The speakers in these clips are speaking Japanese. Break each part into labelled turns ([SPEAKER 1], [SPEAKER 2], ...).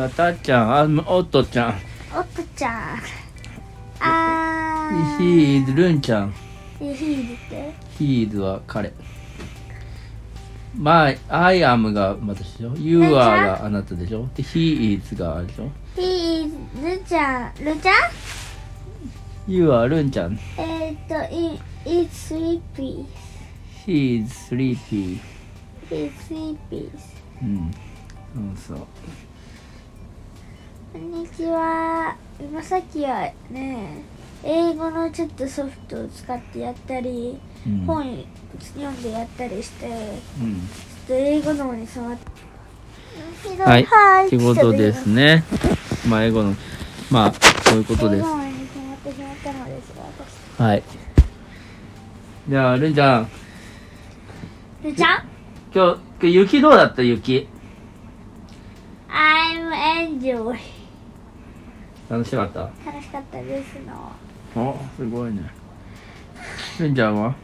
[SPEAKER 1] あたっちゃんあむおっとちゃん
[SPEAKER 2] おっとちゃんあー
[SPEAKER 1] ヒールンちゃん
[SPEAKER 2] ヒールって
[SPEAKER 1] ヒールは彼まあ、I am が私でしょ ?You are があなたでしょで、He is があれでしょ
[SPEAKER 2] ヒールちゃんルちゃん
[SPEAKER 1] ?You are ルンちゃん。
[SPEAKER 2] えー、っと i- It's sleepy
[SPEAKER 1] He is sleepy.
[SPEAKER 2] It's sleepy
[SPEAKER 1] うん。うん、そう。
[SPEAKER 2] こんにちは今さっきはね英語のちょっとソフトを使ってやったり、
[SPEAKER 1] うん。
[SPEAKER 2] 本読んでやったりしてちょ
[SPEAKER 1] うん
[SPEAKER 2] っと英語の方に触って
[SPEAKER 1] はい。
[SPEAKER 2] はい
[SPEAKER 1] ってことですね。まあ、英語の、まあ、そういうこと
[SPEAKER 2] 英
[SPEAKER 1] で
[SPEAKER 2] 語のに決まってしまったのですが私
[SPEAKER 1] す。はい。じゃあ、ルンちゃん、
[SPEAKER 2] ルちゃん
[SPEAKER 1] 今日、今日雪どうだった雪。
[SPEAKER 2] I'm enjoy
[SPEAKER 1] 楽しかった
[SPEAKER 2] 楽しかったですの
[SPEAKER 1] おすごいねルンちゃんは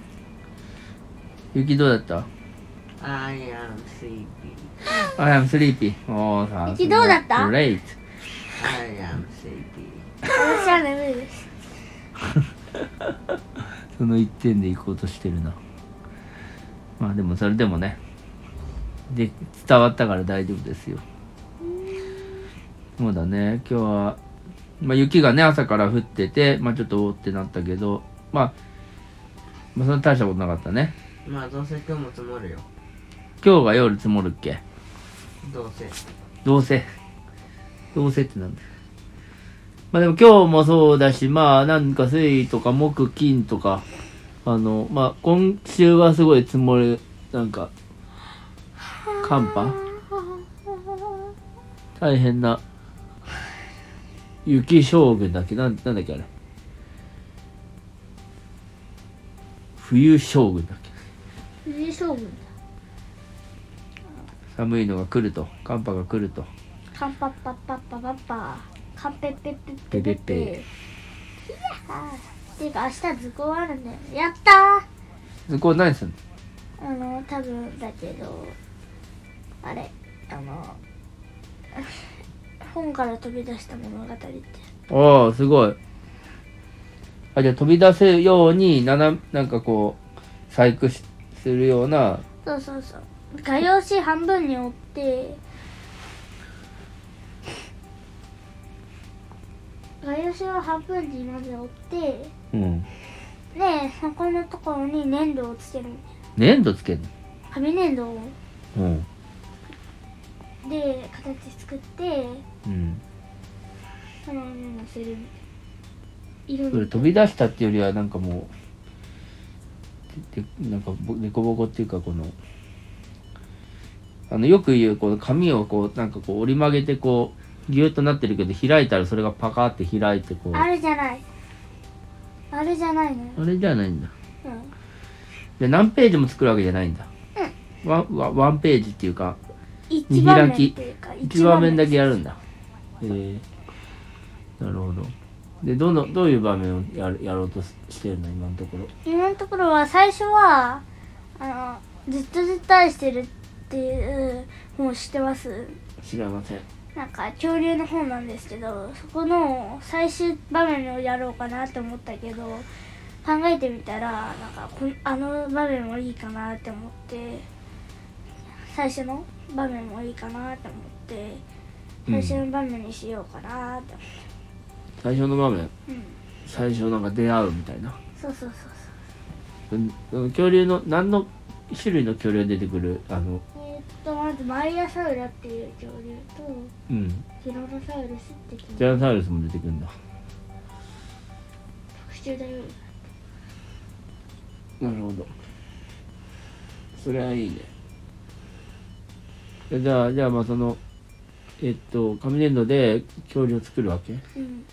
[SPEAKER 1] 雪どうだった
[SPEAKER 3] I am sleepy.
[SPEAKER 1] ?I am sleepy おーさ
[SPEAKER 2] 雪どうだった
[SPEAKER 1] ?Great
[SPEAKER 3] I am sleepy.
[SPEAKER 2] 私は眠いです
[SPEAKER 1] その一点で行こうとしてるなまあでもそれでもねで伝わったから大丈夫ですよそうだね今日は、まあ、雪がね朝から降っててまあちょっとおーってなったけどまあまあそんな大したことなかったね
[SPEAKER 3] まあどうせ今日も積もるよ。
[SPEAKER 1] 今日が夜積もるっけ
[SPEAKER 3] どうせ。
[SPEAKER 1] どうせ。どうせってなんだよまあでも今日もそうだし、まあなんか水とか木、金とか、あの、まあ今週はすごい積もる、なんか、寒波大変な、雪将軍だっけなんなんだっけあれ。冬将軍だっけ
[SPEAKER 2] 藤井将軍
[SPEAKER 1] 寒いのが来ると、寒波が来ると。
[SPEAKER 2] カンパッパッパッパパッパカンペッペッペッペ
[SPEAKER 1] ペ
[SPEAKER 2] ッペ
[SPEAKER 1] ペッ
[SPEAKER 2] ッ
[SPEAKER 1] ペ
[SPEAKER 2] ペいやーっていうか明日図工あるんだよやった
[SPEAKER 1] これ何すんの
[SPEAKER 2] ーあの多分だけどあれあの 本から飛び出した物語って
[SPEAKER 1] おおすごいあじゃあ飛び出せるようになななんかこう細工しするような
[SPEAKER 2] そうそうそう画用紙半分に折って画用紙を半分にまず折って
[SPEAKER 1] うん
[SPEAKER 2] でそこのところに粘土をつけるんだよ
[SPEAKER 1] 粘土つける
[SPEAKER 2] 紙粘土を
[SPEAKER 1] のうん
[SPEAKER 2] で形作って
[SPEAKER 1] うん
[SPEAKER 2] そのようにする色
[SPEAKER 1] それ飛び出したっていうよりはなんかもうでなんかぼ凸凹っていうかこのあのよく言うこの紙をこうなんかこう折り曲げてこうギュッとなってるけど開いたらそれがパカって開いてこう
[SPEAKER 2] あれじゃないあれじゃないのよ、
[SPEAKER 1] あれじゃないんだ
[SPEAKER 2] うん、
[SPEAKER 1] で何ページも作るわけじゃないんだ、ワンワンワンページっていうか
[SPEAKER 2] 一番目っていうか
[SPEAKER 1] 一場面だけやるんだえー、なるほどでどのどういう場面をやるやろうとししてるの今のところ
[SPEAKER 2] 今のところは最初はあのずっとずっと愛してるっていうもう知ってます
[SPEAKER 1] 知らません
[SPEAKER 2] なんか恐竜の方なんですけどそこの最終場面をやろうかなと思ったけど考えてみたらなんかこあの場面もいいかなって思って最初の場面もいいかなって思って
[SPEAKER 1] うん
[SPEAKER 2] 最初の場面にしようかなって、
[SPEAKER 1] 最初の場面
[SPEAKER 2] うん
[SPEAKER 1] 最初なんか出会うみたいな
[SPEAKER 2] そうそうそう
[SPEAKER 1] うんその恐竜の何の種類の恐竜が出てくるあの
[SPEAKER 2] そうえーっとまずマイアサウラっていう恐竜
[SPEAKER 1] うん
[SPEAKER 2] とティラノサウルスっていう
[SPEAKER 1] ティラノサウルスも出てくるんだ
[SPEAKER 2] 特殊だよ
[SPEAKER 1] なるほどそれはいいねえじゃあじゃあまあそのえっと紙粘土で恐竜を作るわけ
[SPEAKER 2] うん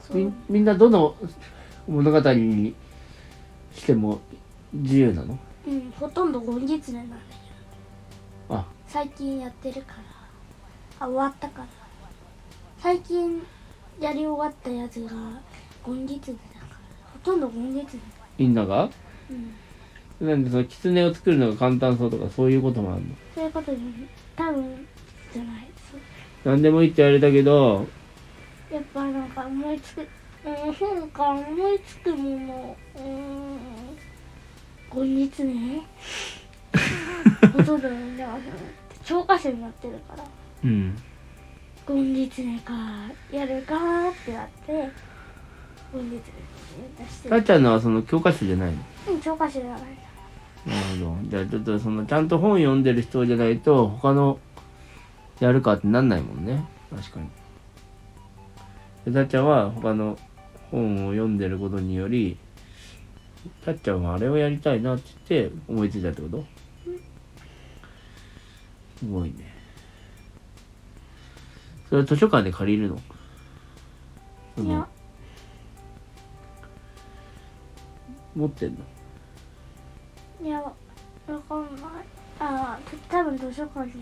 [SPEAKER 2] そう
[SPEAKER 1] みみんなどの物語にしても自由なの
[SPEAKER 2] うん、ほとんどゴンギツネなんだけど
[SPEAKER 1] あ
[SPEAKER 2] 最近やってるからあ終わったから最近やり終わったやつがゴンギツネだからほとんどゴンギツネ
[SPEAKER 1] みんなが
[SPEAKER 2] うん
[SPEAKER 1] なんでその狐を作るのが簡単そうとかそういうこともあるの
[SPEAKER 2] そういうことに多分じゃないそう
[SPEAKER 1] 何でもいいって言われたけど
[SPEAKER 2] やっぱなんか思いつく、うん、本から思いつくもの、うん、今日ね、ほとんど読んでますね。教科書になってるから、
[SPEAKER 1] うん
[SPEAKER 2] 今日ねか、やるかーってなって、今日ね出して
[SPEAKER 1] たっ
[SPEAKER 2] る。
[SPEAKER 1] ちゃんのはその教科書じゃないの
[SPEAKER 2] うん、教科書じゃないな。
[SPEAKER 1] なるほどじゃあちょっとそのちゃんと本読んでる人じゃないと他のやるかってなんないもんね確かにでたっちゃんは他の本を読んでることによりたっちゃんはあれをやりたいなって言って思いついたってことすごいねそれは図書館で借りるのそ
[SPEAKER 2] い
[SPEAKER 1] の
[SPEAKER 2] や、
[SPEAKER 1] 持ってんの
[SPEAKER 2] いや、わかんない。ああ、た多分図書館に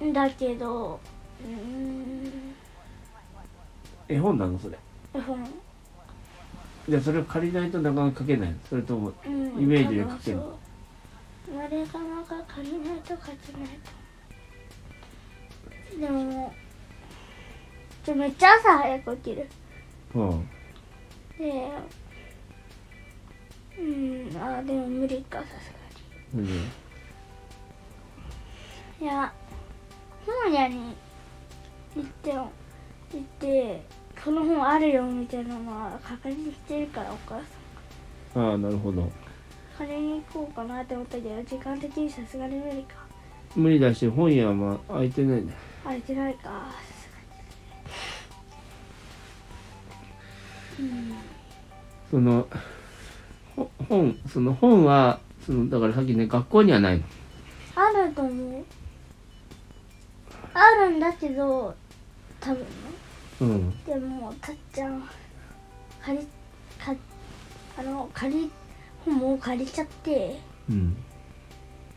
[SPEAKER 2] ある。だけど、うーん、
[SPEAKER 1] 絵本なのそれ
[SPEAKER 2] 絵本。
[SPEAKER 1] じゃあそれを借りないとなかなか書けないのそれとも
[SPEAKER 2] うん
[SPEAKER 1] イメージで書ける
[SPEAKER 2] 多分そうあれがなんか借りないと書けないとでもちょめっちゃ朝早く起きる
[SPEAKER 1] うん
[SPEAKER 2] でうんあでも無理かさすが
[SPEAKER 1] うん
[SPEAKER 2] にいや本屋に行っても行ってこの本あるよみたいなのは確認してるからお母さん
[SPEAKER 1] ああなるほど
[SPEAKER 2] 借りに行こうかなって思ったけど時間的にさすがに無理か
[SPEAKER 1] 無理だし本屋はまあ開いてないね
[SPEAKER 2] あれてないかさすがに
[SPEAKER 1] そのほ本その本はそのだからさっきね学校にはないの
[SPEAKER 2] あると思うあるんだけど多分ね
[SPEAKER 1] うん
[SPEAKER 2] でもたっちゃん借りかあの借り本を借りちゃって
[SPEAKER 1] うん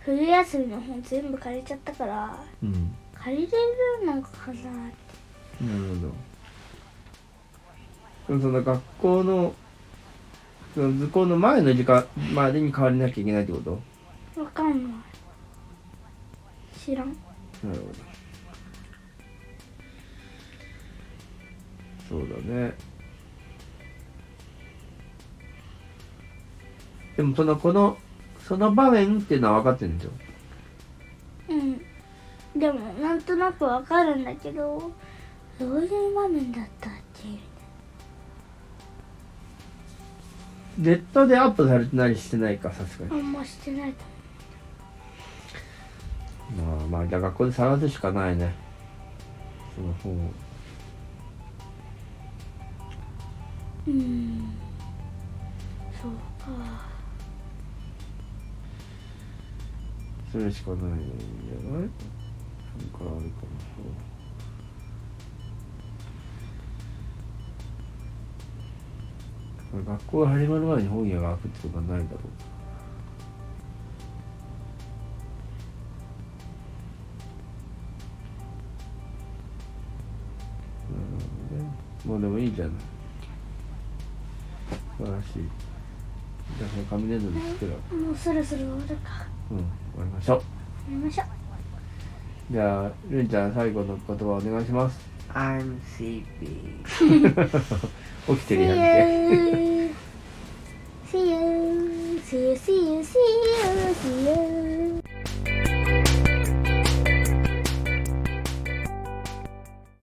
[SPEAKER 2] 冬休みの本全部借りちゃったから
[SPEAKER 1] うん
[SPEAKER 2] 借りれるのかなって
[SPEAKER 1] なるほどその学校のその図工の前の時間までに変わりなきゃいけないってこと
[SPEAKER 2] わかんない知らん
[SPEAKER 1] なるほどそうだねでもそのこのその場面っていうのは分かってるんでしょ
[SPEAKER 2] うんでもなんとなくわかるんだけどどういう場面だったっていう
[SPEAKER 1] ネットでアップされてなりしてないかさすがに
[SPEAKER 2] あんましてないと
[SPEAKER 1] まあまあじゃあ学校で探すしかないねその本を
[SPEAKER 2] 思ううんそうか
[SPEAKER 1] それしかないんじゃないそれからあるかな学校が始まる前に本屋が開くってことはないだろうなるほどねまあでもいいじゃない素晴らしいじゃあその紙粘土で作ろう
[SPEAKER 2] もうそろそろ終わるか。
[SPEAKER 1] うん終わりましょう
[SPEAKER 2] やりましょう。
[SPEAKER 1] じゃあ、るんちゃん、最後の言葉お願いします。
[SPEAKER 3] I'm sleepy.
[SPEAKER 1] 起き
[SPEAKER 2] See
[SPEAKER 1] てるやんけ。
[SPEAKER 2] you. See you. See you. See you. See you. See you.